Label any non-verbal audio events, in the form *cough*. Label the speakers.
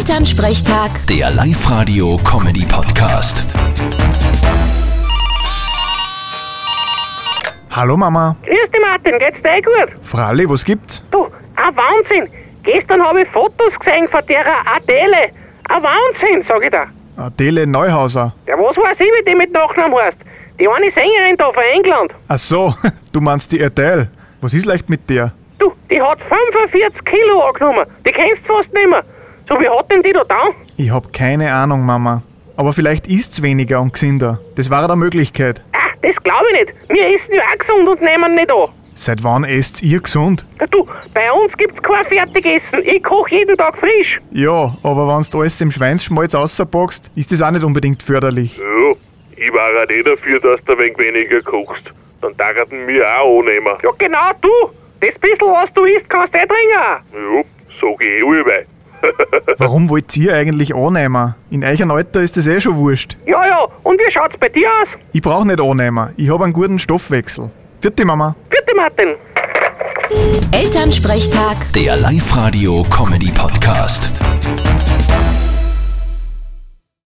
Speaker 1: Elternsprechtag,
Speaker 2: Der Live-Radio-Comedy-Podcast.
Speaker 3: Hallo Mama.
Speaker 4: Grüß dich Martin, geht's dir eh gut?
Speaker 3: Fralli, was gibt's?
Speaker 4: Du, ein Wahnsinn! Gestern habe ich Fotos gesehen von der Adele. Ein Wahnsinn, sag ich dir.
Speaker 3: Adele Neuhauser.
Speaker 4: Ja, was weiß ich, wie die mit Nachnamen heißt? Die eine Sängerin da von England.
Speaker 3: Ach so, *laughs* du meinst die Adele. Was ist leicht mit dir?
Speaker 4: Du, die hat 45 Kilo angenommen. Die kennst du fast nicht mehr. So, wie hat denn die da da?
Speaker 3: Ich hab keine Ahnung, Mama. Aber vielleicht ist's weniger und gesünder. Das war eine Möglichkeit.
Speaker 4: Ah, das glaube ich nicht. Wir essen ja auch gesund und nehmen nicht an.
Speaker 3: Seit wann esst ihr gesund?
Speaker 4: Na Du, bei uns gibt's kein Fertigessen. Ich koche jeden Tag frisch.
Speaker 3: Ja, aber wenn's du alles im Schweinsschmalz auspackst, ist das auch nicht unbedingt förderlich.
Speaker 5: Ja, ich war halt eh dafür, dass du ein wenig weniger kochst. Dann dachten wir auch annehmen.
Speaker 4: Ja, genau du. Das bisschen, was du isst, kannst du eh trinken.
Speaker 5: Ja, sag ich eh allweil.
Speaker 3: Warum wollt ihr eigentlich annehmen? In eurem Alter ist das eh schon wurscht.
Speaker 4: Ja, ja. Und wie schaut's bei dir aus?
Speaker 3: Ich brauch nicht annehmen. Ich hab einen guten Stoffwechsel. Vierte Mama.
Speaker 4: Bitte, Martin.
Speaker 1: Elternsprechtag.
Speaker 2: Der Live-Radio-Comedy-Podcast.